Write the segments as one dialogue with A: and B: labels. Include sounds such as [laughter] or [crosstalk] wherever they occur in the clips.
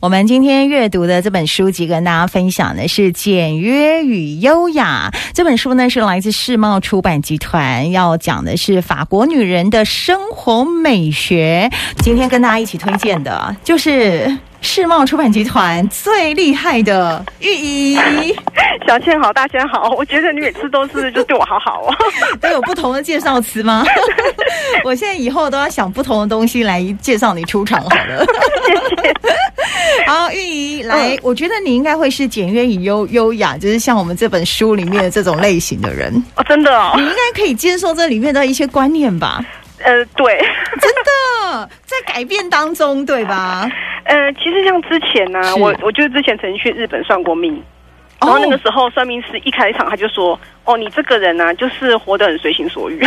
A: 我们今天阅读的这本书籍跟大家分享的是《简约与优雅》这本书呢，是来自世贸出版集团，要讲的是法国女人的生活美学。今天跟大家一起推荐的 [laughs] 就是。世贸出版集团最厉害的御医， [laughs]
B: [laughs] 小倩好，大仙好，我觉得你每次都是就对我好好哦。 [laughs]
A: 都有不同的介绍词吗？ [laughs] 我现在以后都要想不同的东西来介绍你出场好了。 [laughs] 好，玉怡
B: 嗯
A: 来，我觉得你应该会是简约与优优雅，就是像我们这本书里面的这种类型的
B: [laughs]
A: 人，你
B: 哦，真的哦，
A: 应该可以接受这里面的一些观念
B: [laughs]
A: 吧？
B: 呃，对，
A: 真的，在改变当中，对
B: [laughs]
A: 吧？
B: 呃，其实像之前呢、
A: 是
B: 我我就之前曾去日本算过命，然后那个
A: 哦
B: 时候算命师一开场他就说，哦，你这个人呢、就是活得很随心
A: [laughs]
B: 所欲。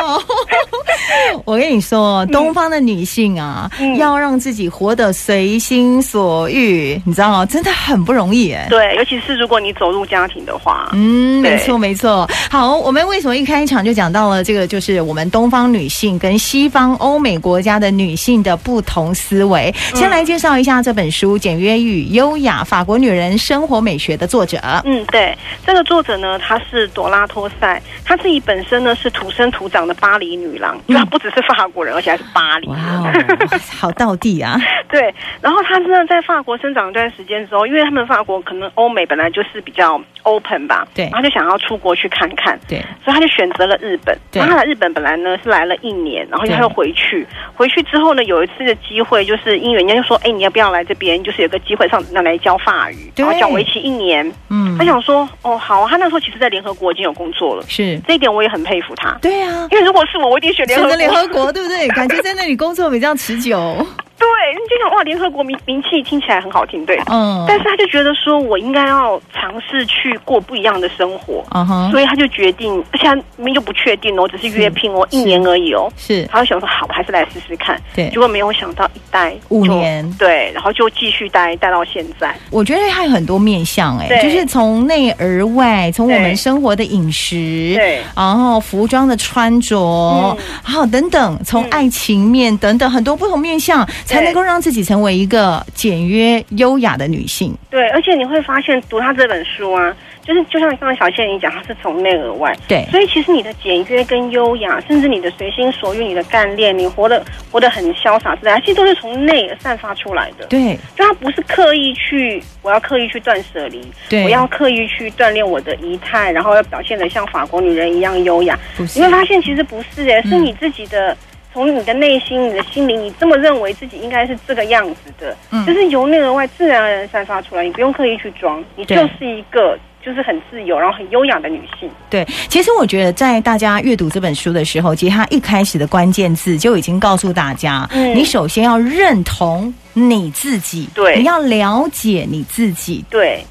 A: 好，我跟你说，东方的女性啊，
B: 嗯
A: 要让自己活得随心所欲，你知道吗？真的很不容易哎。
B: 对，尤其是如果你走入家庭的话，
A: 嗯，没
B: 对
A: 错没错。好，我们为什么一开场就讲到了这个，就是我们东方女性跟西方欧美国家的女性的不同思维？
B: 嗯
A: 先来介绍一下这本书《简约与优雅：法国女人生活美学》的作者。
B: 嗯，对，这个作者呢，她是朵拉托塞，她自己本身呢是土生土长的巴黎女郎，就她不只是法国人，而且还是巴黎。
A: 嗯哇哦， [laughs] 好道地啊！
B: 对，然后她真的在法国生长一段时间之后，因为他们法国可能欧美本来就是比较 open 吧，
A: 对
B: 然后就想要出国去看看，
A: 对，
B: 所以她就选择了日本。
A: 对
B: 然后她来日本本来呢是来了一年，然后
A: 对
B: 她又回去，回去之后呢有一次的机会，就是因为人家就说，哎，你要不要来这边？就是有个机会上那来教法语，然后
A: 对
B: 教为期一年。
A: 嗯
B: 他，想说，哦，好啊，他那时候其实在联合国已经有工作了，
A: 是，
B: 这一点我也很佩服他。
A: 对啊，
B: 因为如果是我，我一定选联
A: 选
B: 合
A: 择
B: 国。
A: 联合国，对不对？感觉在那里工作比较持久。
B: 对，你就想哇，联合国名名气听起来很好听，对。
A: 嗯，
B: 但是他就觉得说，我应该要尝试去过不一样的生活，
A: 嗯哼，
B: 所以他就决定，而且他明明就不确定哦，只是约聘哦，
A: 是
B: 一年而已哦。
A: 是
B: 他就想说，好，我还是来试试看。
A: 对
B: 结。果没有想到一待
A: 五
B: 就
A: 年
B: 对，然后就继续待待到现在。
A: 我觉得它有很多面向、欸，
B: 对
A: 就是从内而外，从我们
B: 对
A: 生活的饮食，
B: 对
A: 然后服装的穿着
B: 嗯，
A: 好、等等，从
B: 嗯
A: 爱情面等等很多不同面向，才能够让自己成为一个简约优雅的女性。
B: 对，而且你会发现读他这本书啊，就是就像刚刚小倩你讲，它是从内而外，
A: 对，
B: 所以其实你的简约跟优雅，甚至你的随心所欲、你的干练，你活得活得很潇洒自在，其实都是从内散发出来的。
A: 对，
B: 就他不是刻意去，我要刻意去断舍离，
A: 对，
B: 我要刻意去锻炼我的仪态，然后要表现得像法国女人一样优雅。
A: 不是
B: 你会发现其实不是诶、是
A: 嗯
B: 你自己的。从你的内心、你的心灵，你这么认为自己应该是这个样子的，
A: 嗯
B: 就是由内而外自然而然散发出来，你不用刻意去装，你
A: 对
B: 就是一个就是很自由，然后很优雅的女性。
A: 对，其实我觉得在大家阅读这本书的时候，其实它一开始的关键字就已经告诉大家，
B: 嗯
A: 你首先要认同你自己，
B: 对
A: 你要了解你自己，
B: 对，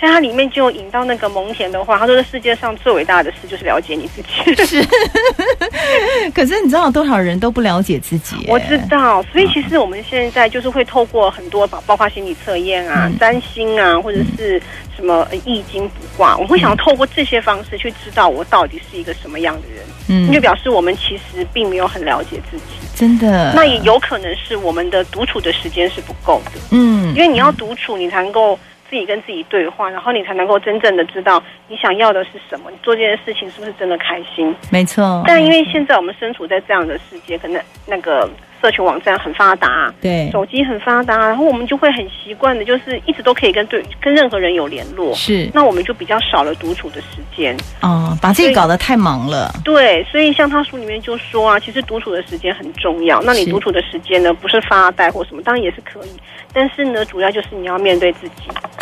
B: 像它里面就引到那个蒙田的话，他说：“世界上最伟大的事就是了解你自己。
A: 可是你知道多少人都不了解自己”耶、
B: 我知道，所以其实我们现在就是会透过很多，包包括心理测验啊、
A: 嗯
B: 占星啊，或者是什么呃易经卜卦，我会想要透过这些方式去知道我到底是一个什么样的人，
A: 嗯
B: 就，表示我们其实并没有很了解自己。
A: 真的，
B: 那也有可能是我们的独处的时间是不够的。
A: 嗯
B: 因，为你要独处，你才能够自己跟自己对话，然后你才能够真正的知道你想要的是什么，你做这件事情是不是真的开心。
A: 没错，
B: 但因为现在我们身处在这样的世界，可能那个社群网站很发达，啊
A: 对
B: 手机很发达，然后我们就会很习惯的，就是一直都可以跟对跟任何人有联络。
A: 是
B: 那我们就比较少了独处的时间，
A: 哦，把自己搞得太忙了，
B: 对，所以像他书里面就说啊，其实独处的时间很重要。那你
A: 是
B: 独处的时间呢，不是发呆或什么，当然也是可以，但是呢，主要就是你要面对自己。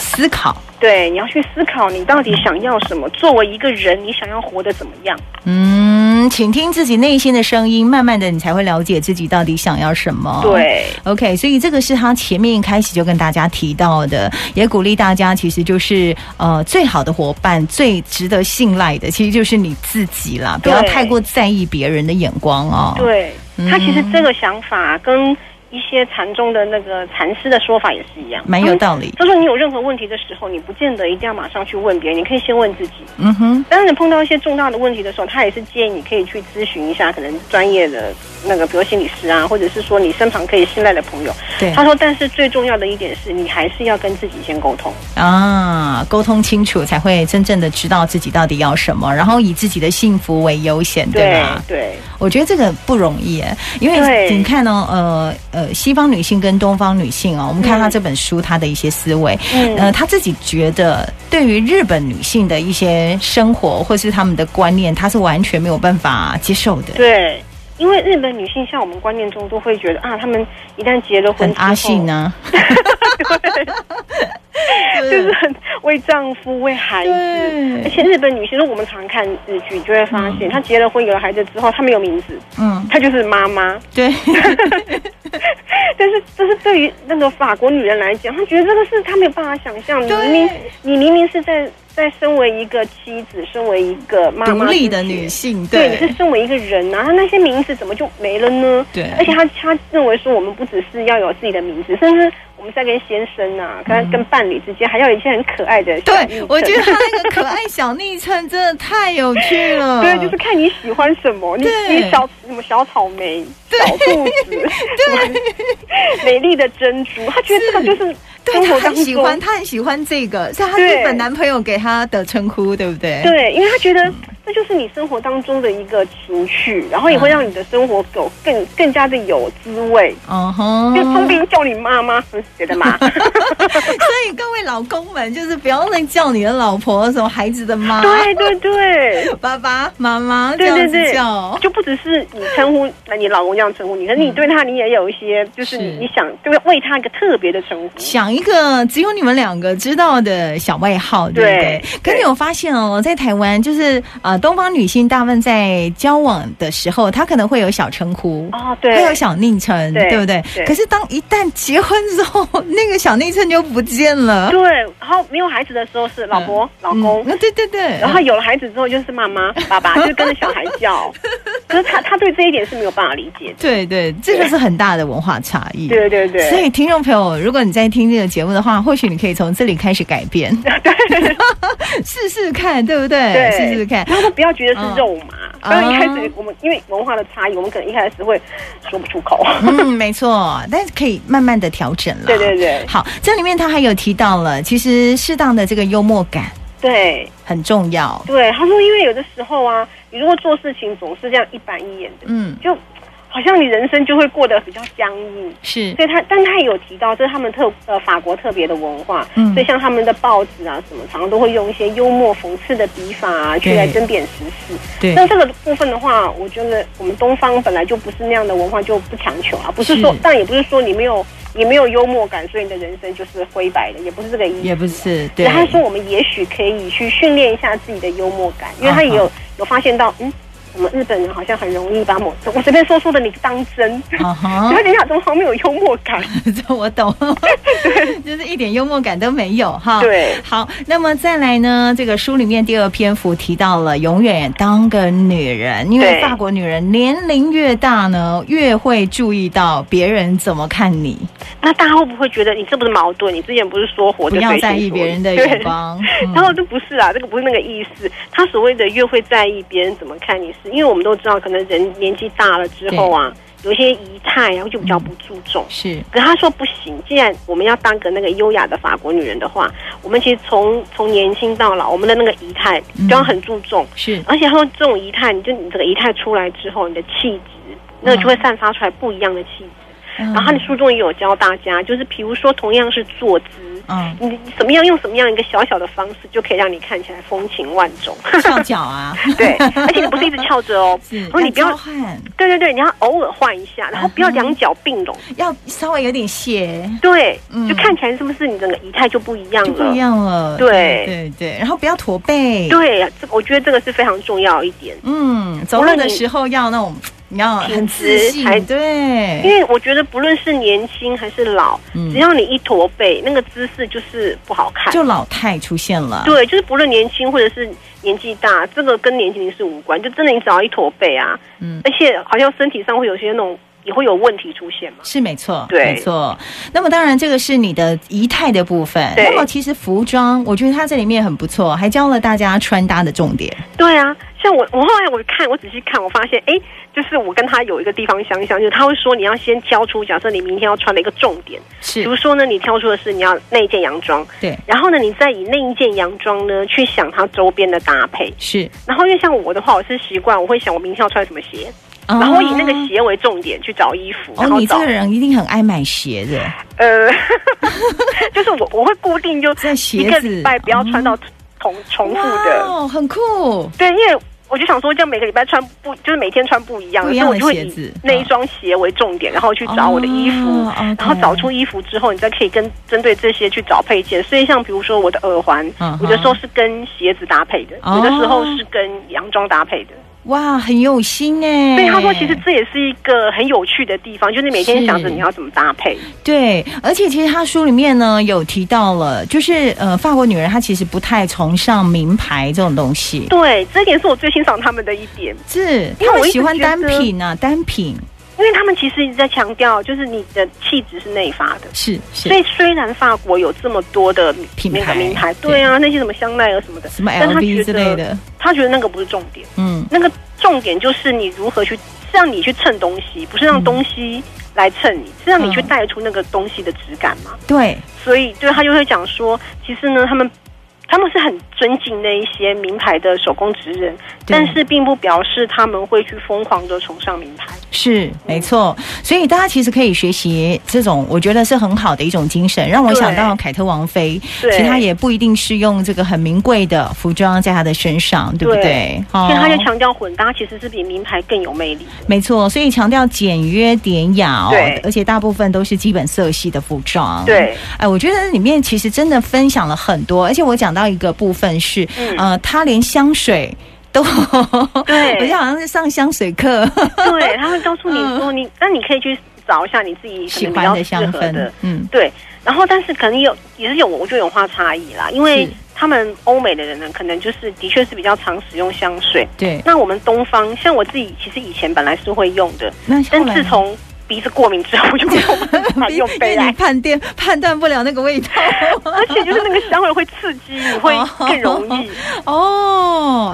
A: 思考，
B: 对，你要去思考你到底想要什么。作为一个人，你想要活得怎么样？
A: 嗯，请听自己内心的声音，慢慢的你才会了解自己到底想要什么。。
B: 对，
A: OK，所以这个是他前面一开始就跟大家提到的，也鼓励大家，其实就是呃最好的伙伴，最值得信赖的，其实就是你自己啦，不
B: 对
A: 要太过在意别人的眼光哦。
B: 对
A: 嗯
B: 他其实这个想法跟一些禅宗的那个禅师的说法也是一样，
A: 蛮有道理。
B: 他说你有任何问题的时候，你不见得一定要马上去问别人，你可以先问自己。
A: 嗯哼，
B: 当你碰到一些重大的问题的时候，他也是建议你可以去咨询一下可能专业的那个，比如心理师啊，或者是说你身旁可以信赖的朋友。
A: 对
B: 他说，但是最重要的一点是你还是要跟自己先沟通。
A: 啊，沟通清楚才会真正的知道自己到底要什么，然后以自己的幸福为优先，
B: 对
A: 吧？
B: 对
A: 我觉得这个不容易耶，因为
B: 对
A: 你看哦，呃呃，西方女性跟东方女性哦，我们看她
B: 嗯
A: 这本书，她的一些思维，
B: 嗯
A: 呃，她自己觉得对于日本女性的一些生活或是她们的观念，她是完全没有办法接受的，
B: 对，因为日本女性像我们观念中都会觉得啊，她们一旦结了婚
A: 很
B: 之后，
A: 阿信啊呢、对
B: 就是很为丈夫、为孩子。
A: 对
B: 而且日本女性，如果我们常看日剧，你就会发现，她结了婚、有了孩子之后，她没有名字，
A: 嗯，
B: 她就是妈妈。 [laughs]
A: 对，
B: 但是，这是对于那个法国女人来讲，她觉得这个是她没有办法想象。你
A: 对
B: 明明你明明是在在身为一个妻子，身为一个妈
A: 独
B: 妈
A: 立
B: 之
A: 的
B: 前
A: 女性，
B: 对，你是身为一个人啊，那些名字怎么就没了呢？
A: 对
B: 而且他他认为说，我们不只是要有自己的名字，甚至我们在跟先生啊，跟、跟伴侣之间，还要有一些很可爱的小昵
A: 对
B: 称。，
A: 我觉得他那个可爱小昵称真的太有趣了。
B: [laughs] 对，就是看你喜欢什么，
A: 嗯
B: 你
A: 对
B: 你小什么小草莓、小兔子， [laughs] 对，美丽的珍珠，他觉得这个就是
A: 对
B: 生
A: 他
B: 活当
A: 很喜欢，
B: 中，
A: 他很喜欢这个，是他
B: 对
A: 日本男朋友给他的称呼，对不对？
B: 对，因为他觉得这就是你生活当中的一个情趣，然后也会让你的生活有更更加的有滋味。
A: 嗯哼，
B: 就通病叫你妈妈是谁的妈？
A: [laughs] 所以各位老公们，就是不要再叫你的老婆什么孩子的妈、
B: 对对对。
A: 爸爸妈妈这
B: 对对
A: 样子
B: 对
A: 叫，。嗯
B: 就不只是你称呼，那你老公这样称呼你，可是你对他，你也有一些，就是你
A: 是
B: 你想，就是为他一个特别的称呼。
A: 想一个只有你们两个知道的小外号，对不对
B: 对？
A: 可你有发现哦，在台湾就是呃，东方女性大部分在交往的时候，她可能会有小称呼
B: 哦，对
A: 会，有小昵称，
B: 对
A: 对不对？
B: 对
A: 可是当一旦结婚之后，那个小昵称就不见了。
B: 对，然后没有孩子的时候是老婆、老公，
A: 啊嗯，对对对，
B: 然后有了孩子之后就是
A: [laughs]
B: 妈妈、爸爸，就是跟着小孩叫。可是他他对这一点是没有办法理解的。
A: 对对，这就是很大的文化差异。
B: 对对对，
A: 所以，听众朋友，如果你在听这个节目的话，或许你可以从这里开始改
B: [laughs]
A: 变，试试看，对不对？
B: 对
A: 试试看。
B: 他说不要觉得是肉麻。
A: 嗯
B: 刚刚一开
A: 啊
B: 始我们因为文化的差异，我们可能一开始会说不出口。
A: 嗯，没错，但是可以慢慢的调整了。
B: 对对对
A: 好，这里面他还有提到了，其实适当的这个幽默感
B: 对，
A: 很重要。
B: 对，他说，因为有的时候啊，你如果做事情总是这样一板一眼的，
A: 嗯，
B: 就好像你人生就会过得比较僵硬。
A: 是
B: 所以他，但他也有提到，这是他们特呃法国特别的文化，
A: 嗯
B: 所以像他们的报纸啊什么，常常都会用一些幽默讽刺的笔法啊，去
A: 对
B: 来争辩时事。
A: 对
B: 那这个部分的话，我觉得我们东方本来就不是那样的文化，就不强求啊，不是说
A: 是，
B: 但也不是说你没有你没有幽默感，所以你的人生就是灰白的，也不是这个意思。
A: 也不是对。
B: 然
A: [laughs]
B: 后他说，我们也许可以去训练一下自己的幽默感，
A: 啊
B: 因为他也有、有发现到，嗯，我们日本人好像很容易把某我随便说说的你当真，
A: 啊哈
B: 然，后等一下怎么好像 [laughs] 没有幽默感？
A: 这我
B: [laughs]
A: 懂，就是一点幽默感都没有哈。。
B: 对
A: [laughs] 好，那么再来呢？这个书里面第二篇幅提到了永远当个女人，因为
B: 对
A: 法国女人年龄越大呢，越会注意到别人怎么看你，
B: 那大家会不会觉得你这不是矛盾？你之前不是说活
A: 不
B: 着
A: 要
B: 随心
A: 在意
B: 所
A: 别
B: 欲
A: 人的
B: 对
A: 眼
B: [laughs]
A: 光。嗯
B: 然后这不是啊，这个不是那个意思。他所谓的越会在意别人怎么看你是，因为我们都知道，可能人年纪大了之后啊，有一些仪态啊就比较不注重。
A: 是
B: 可他说不行，既然我们要当个那个优雅的法国女人的话，我们其实从从年轻到老，我们的那个仪态
A: 嗯
B: 都要很注重。
A: 是，
B: 而且他说这种仪态，你就你这个仪态出来之后，你的气质，那个就会
A: 嗯
B: 散发出来不一样的气质。
A: 然
B: 然后他的书中也有教大家，就是比如说同样是坐姿。 [laughs]
A: 嗯，
B: 你你怎么样用什么样一个小小的方式，就可以让你看起来风情万
A: [laughs]
B: 种。
A: 翘脚啊， [laughs]
B: 对，而且你不是一直翘着哦，
A: 是
B: 然后你不要
A: 要，嗯汗，
B: 对对对，你要偶尔换一下，然后不要两脚并拢，
A: 要稍微有点斜，
B: 对，
A: 嗯
B: 就看起来是不是你整个仪态就不一样
A: 就
B: 了？
A: 不一样了。
B: 嗯对
A: 对对，然后不要驼背。，
B: 对，这我觉得这个是非常重要一点，
A: 嗯，走
B: 无
A: 路
B: 论
A: 的
B: 你
A: 时候要那种你要很
B: 挺
A: 自
B: 直
A: 信
B: 才，
A: 对，
B: 因为我觉得不论是年轻还是老，
A: 嗯
B: 只要你一驼背，那个姿势就是不好看。
A: 就老态出现了。
B: 对，就是不论年轻或者是年纪大，这个跟年纪龄是无关，就真的你只要一驼背啊，
A: 嗯
B: 而且好像身体上会有些那种也会有问题出现嘛。
A: 是没错，
B: 对
A: 没错。那么当然，这个是你的仪态的部分。
B: 对
A: 那么其实服装，我觉得它这里面很不错，还教了大家穿搭的重点。
B: 对啊，像我，我后来我看，我仔细看，我发现，哎，就是我跟他有一个地方相像，就是他会说你要先挑出，假设你明天要穿的一个重点，
A: 是
B: 比如说呢，你挑出的是你要那一件洋装，
A: 对，
B: 然后呢，你再以那一件洋装呢去想它周边的搭配。
A: 是。
B: 然后因为像我的话，我是习惯我会想我明天要穿什么鞋，然后我以那个鞋为重点去找衣服，
A: 啊哦，
B: 然
A: 哦，
B: 后
A: 你这
B: 找
A: 个人一定很爱买鞋的，
B: 呃， [laughs] 就是我我会固定就
A: 在鞋子
B: 一个礼拜不要穿到重重复的。
A: 哦，很酷。
B: 对，因为我就想说，这样每个礼拜穿不，就是每天穿不一样
A: 不
B: 的，
A: 一
B: 所
A: 样
B: 以我
A: 的
B: 就会
A: 鞋子嗯
B: 以那一双鞋为重点，然后去找我的衣服，
A: 哦，OK
B: 然后找出衣服之后，你再可以跟针对这些去找配件。所以像比如说我的耳环
A: 嗯哼
B: 有的时候是跟鞋子搭配的，
A: 哦
B: 有的时候是跟洋装搭配的。
A: 哇，很有心哎。
B: 所以他说，其实这也是一个很有趣的地方，就是每天想着
A: 是
B: 你要怎么搭配。
A: 对，而且其实他书里面呢有提到了，就是呃，法国女人她其实不太崇尚名牌这种东西，
B: 对，这一点是我最欣赏他们的一点。
A: 是
B: 因为
A: 她
B: 我
A: 们
B: 一直
A: 喜欢
B: 觉
A: 单
B: 得
A: 品啊，单品
B: 因为他们其实一直在强调，就是你的气质是内发的。
A: 是是
B: 所。以虽然法国有这么多的
A: 品
B: 那
A: 牌
B: 个名牌，对啊，那些什么香奈儿什么的，
A: 什么
B: 但他
A: LV
B: 觉
A: 之类
B: 得
A: 的，
B: 他觉得那个不是重点，
A: 嗯，
B: 那个重点就是你如何去是让你去衬东西，不是让
A: 嗯
B: 东西来衬你，是让你去
A: 嗯
B: 带出那个东西的质感嘛。
A: 对，
B: 所以对他就会讲说，其实呢，他们。他们是很尊敬那一些名牌的手工职人，
A: 对
B: 但是并不表示他们会去疯狂的崇尚名牌。
A: 是没错，所以大家其实可以学习这种，我觉得是很好的一种精神，让我
B: 对
A: 想到凯特王妃，
B: 对
A: 其实她也不一定是用这个很名贵的服装在她的身上，对不
B: 对
A: 对？哦
B: 所以他就强调混搭其实是比名牌更
A: [laughs]
B: 有魅力的。
A: 没错，所以强调简约典雅哦
B: 对，
A: 而且大部分都是基本色系的服装。
B: 对，
A: 哎，我觉得里面其实真的分享了很多，而且我讲到一个部分是，
B: 嗯
A: 呃，他连香水
B: [laughs]
A: 都，
B: 对
A: [laughs] 我就好像是上香水课，
B: [laughs] 对，他会告诉你说你，那你可以去找一下你自己可
A: 哦喜
B: 能比
A: 欢
B: 较
A: 的
B: 适
A: 香
B: 合的。
A: 氛，嗯，
B: 对，然后但是可能有也是有，我觉得有文化差异啦，因为
A: 是
B: 他们欧美的人呢，可能就是的确是比较常使用香水。
A: 对。
B: 那我们东方，像我自己，其实以前本来是会用的，
A: 那
B: 但
A: 后来
B: 自
A: 呢
B: 从鼻子过敏之后，我就没有办
A: [laughs]
B: 法用
A: 因
B: 杯
A: 为你
B: 来，
A: 判定判断不了那个
B: [laughs]
A: 味道
B: 而且就是那个香味会刺激，你
A: [laughs]
B: 会更容易。
A: 哦。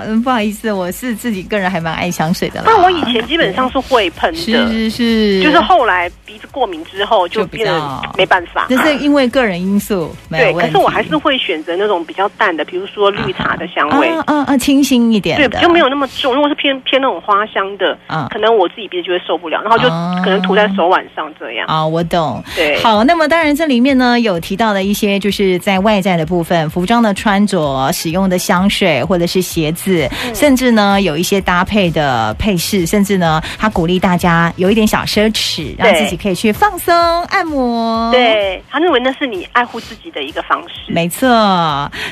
A: 嗯，不好意思，我是自己个人还蛮爱香水的啦。
B: 但我以前基本上是会喷的，
A: 是是是，
B: 就是后来鼻子过敏之后就
A: 就比
B: 变得
A: 较
B: 没办法。 [laughs]
A: 这是因为个人因素，没有
B: 对，
A: 问
B: 可
A: 题。
B: 是我还是会选择那种比较淡的，比如说绿茶的香味，
A: 啊啊啊，清新一点
B: 对，
A: 的，
B: 就没有那么重。如果是偏偏那种花香的，
A: 啊
B: 可能我自己鼻子就会受不了，然后就
A: 啊
B: 可能涂在手腕上这样。
A: 啊、我懂。
B: 对，
A: 好，那么当然，这里面呢有提到的一些，就是在外在的部分，服装的穿着、使用的香水或者是鞋子，
B: 嗯
A: 甚至呢有一些搭配的配饰，甚至呢，他鼓励大家有一点小奢侈，让
B: 对
A: 自己可以去放松、按摩。。
B: 对他认为那是你爱护自己的一个方式。
A: 没错，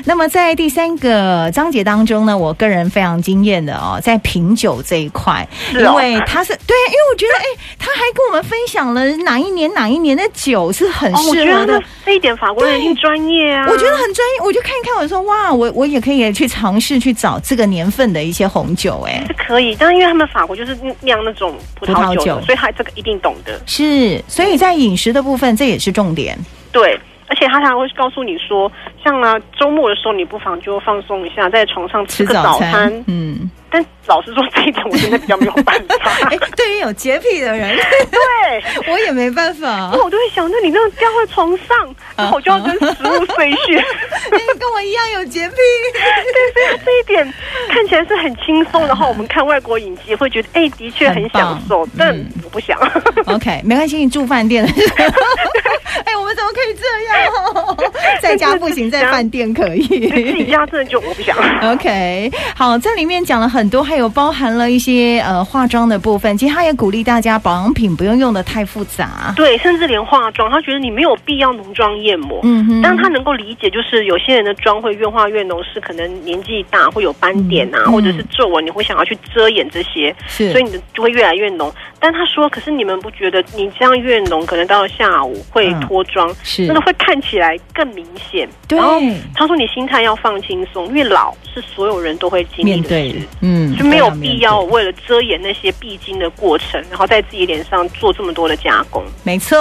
A: 那么在第三个章节当中呢，我个人非常惊艳的哦，在品酒这一块，
B: 是
A: 因
B: 哦
A: 为他是对，因为我觉得哎，他还跟我们分享了哪一年哪一年的酒是很
B: 哦，我觉
A: 适
B: 得
A: 合
B: 他
A: 的。
B: 们这一点法国人一定专业啊。
A: 啊我觉得很专业，我就看一看，我就说哇，我我也可以去尝试去找这个年份的一些红酒、哎，
B: 是可以，但因为他们法国就是酿那种葡萄
A: 葡萄
B: 酒的，
A: 酒
B: 所以他这个一定懂的。
A: 是，所以在饮食的部分，这也是重点。
B: 对，而且他还会告诉你说，像啊周末的时候，你不妨就放松一下，在床上吃
A: 吃
B: 个
A: 早
B: 早
A: 餐，
B: 餐。
A: 嗯， [laughs]
B: 但老实说，这一点我真的比较没有办法。
A: 哎，对于有洁癖的人， [laughs]
B: 对，
A: 我也没办
B: [laughs]
A: 法
B: 然，后我就会想，那你那样掉在床
A: [laughs]
B: 上，然后我就要跟食物碎屑。
A: 啊你哎跟我一样有洁癖。
B: 对， [laughs] 所以他这一点看起来是很轻松。然后我们看外国影集会觉得，哎，的确很享受
A: 很棒，
B: 但
A: 嗯
B: 我
A: [laughs]
B: 不想。
A: OK，没关系，你住饭
B: [laughs]
A: 店的时候。哎，我们怎么可以这样？
B: [laughs]
A: 在家不行，在饭店可
B: 自己 [laughs]
A: 以。
B: 家真的就我
A: [laughs]
B: 不想。
A: OK，好，这里面讲了很多，还有包含了一些呃化妆的部分。其实他也鼓励大家保养品不用用的太复杂。
B: 对，甚至连化妆，他觉得你没有必要浓妆艳抹。
A: 嗯哼
B: 但他能够理解，就是有些人的妆会越化越浓，是可能年纪大会有斑点啊，
A: 嗯
B: 或者是皱纹，你会想要去遮掩这些，
A: 是
B: 所以你的就会越来越浓。但他说，可是你们不觉得你这样越浓，可能到了下午会
A: 嗯
B: 脱妆，
A: 是
B: 那个会看起来更明显。
A: 对
B: 然后他说你心态要放轻松，因为老是所有人都会经历
A: 面
B: 的
A: 对
B: 事，，
A: 嗯，
B: 就没有
A: 都面
B: 必
A: 对
B: 要为了遮掩那些必经的过程，然后在自己脸上做这么多的加工。
A: 没错，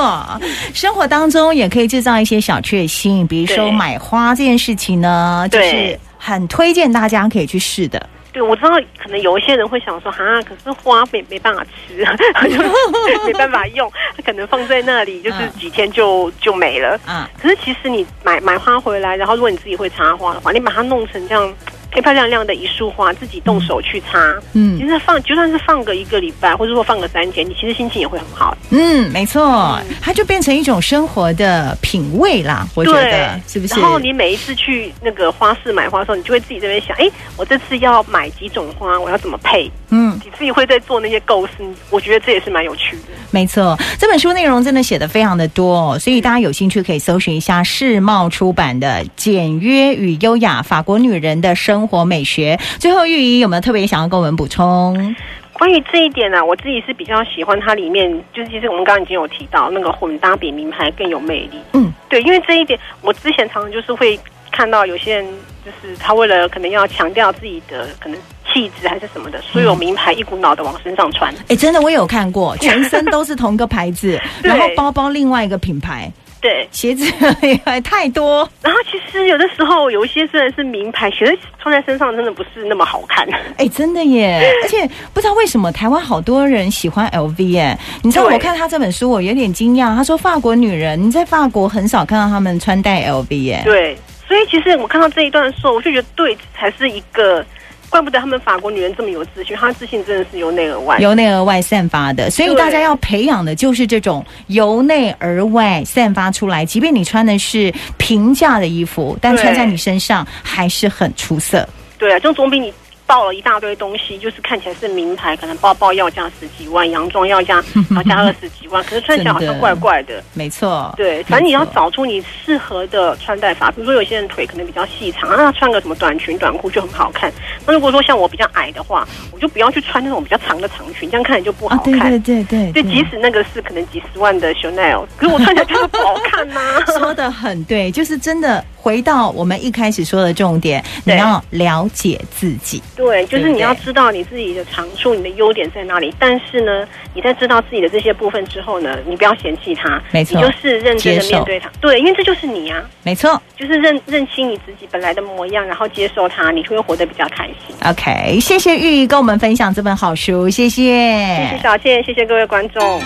A: 生活当中也可以制造一些小确幸，比如说
B: 对
A: 买花这件事情呢，就是
B: 对
A: 很推荐大家可以去试的。
B: 对，我知道可能有一些人会想说，哈，可是花没没办法吃， [laughs] 就 [laughs] 没办法用，它可能放在那里就是
A: 嗯
B: 几天就就没了。
A: 啊，
B: 可是其实你买买花回来，然后如果你自己会插花的话，你把它弄成这样漂漂亮亮的一束花，自己动手去插，其
A: 嗯
B: 实放就算是放个一个礼拜，或者说放个三天，你其实心情也会很好。
A: 嗯，没错，它就变成一种生活的品味啦，我觉得是不是？
B: 然后你每一次去那个花市买花的时候，你就会自己这边想，哎，我这次要买几种花，我要怎么配？
A: 嗯，
B: 你自己会在做那些构思，我觉得这也是蛮有趣的。
A: 没错，这本书内容真的写的非常的多、哦，所以大家有兴趣可以搜寻一下世贸出版的《简约与优雅：法国女人的生活美学》。最后，玉怡有没有特别想要跟我们补
B: [laughs]
A: 充？
B: 关于这一点呢、我自己是比较喜欢它里面，就是其实我们刚刚已经有提到，那个混搭比名牌更有魅力。
A: 嗯，
B: 对，因为这一点，我之前常常就是会看到有些人，就是他为了可能要强调自己的可能气质还是什么的，所有名牌一股脑的往身上穿。
A: 哎，真的，我有看
B: [laughs]
A: 过，全身都是同个牌子，
B: 对
A: 然后包包另外一个品牌，
B: 对，
A: 鞋子 [laughs] 也太多。
B: 然后其实有的时候有一些真的是名牌，其实穿在身上真的不是那么好看。
A: 哎，真的
B: [laughs]
A: 耶！而且不知道为什么台湾好多人喜欢 LV 哎，你知道
B: 对
A: 我看他这本书，我有点惊讶。他说法国女人，你在法国很少看到她们穿戴 LV 哎，
B: 对，所以其实我看到这一段的时候，我就觉得对，才是一个，怪不得他们法国女人这么有自信，她的自信真的是由内而外。
A: 由内而外散发的，所以
B: 对
A: 大家要培养的就是这种由内而外散发出来。即便你穿的是平价的衣服，但
B: 对
A: 穿在你身上还是很出色。
B: 对啊，就总比你抱了一大堆东西，就是看起来是名牌，可能包包要价十几万，洋装要
A: [laughs]
B: 价要价二十几万，可是穿起来好
A: 嗯真
B: 像
A: 的
B: 怪怪的。
A: 没错，
B: 对，反正你要
A: 没错
B: 找出你适合的穿戴法。比如说，有些人腿可能比较细长，那他穿个什么短裙、短裤就很好看。那如果说像我比较矮的话，我就不要去穿那种比较长的长裙，这样看起来就不好
A: 啊，对
B: 看。
A: 对对对，
B: 就
A: 对
B: 即使那个是可能几十万的 Chanel，可是我穿起来就是不好看呐、
A: [laughs] 说的很对，就是真的回到我们一开始说的重点，你
B: 对
A: 要了解自己。
B: [laughs] 对，就是
A: 对不
B: 你
A: 对
B: 要知道你自己的长处，你的优点在哪里。但是呢，你在知道自己的这些部分之后呢，你不要嫌弃它，
A: 没错
B: 你就是认真
A: 接
B: 的
A: 受
B: 面对它。对，因为这就是你啊，
A: 没错
B: 就是认认清你自己本来的模样，然后接受它，你就会活得比较开心。
A: ，OK，谢谢玉怡跟我们分享这本好书，谢谢，谢
B: 谢谢小倩，谢谢各位观众。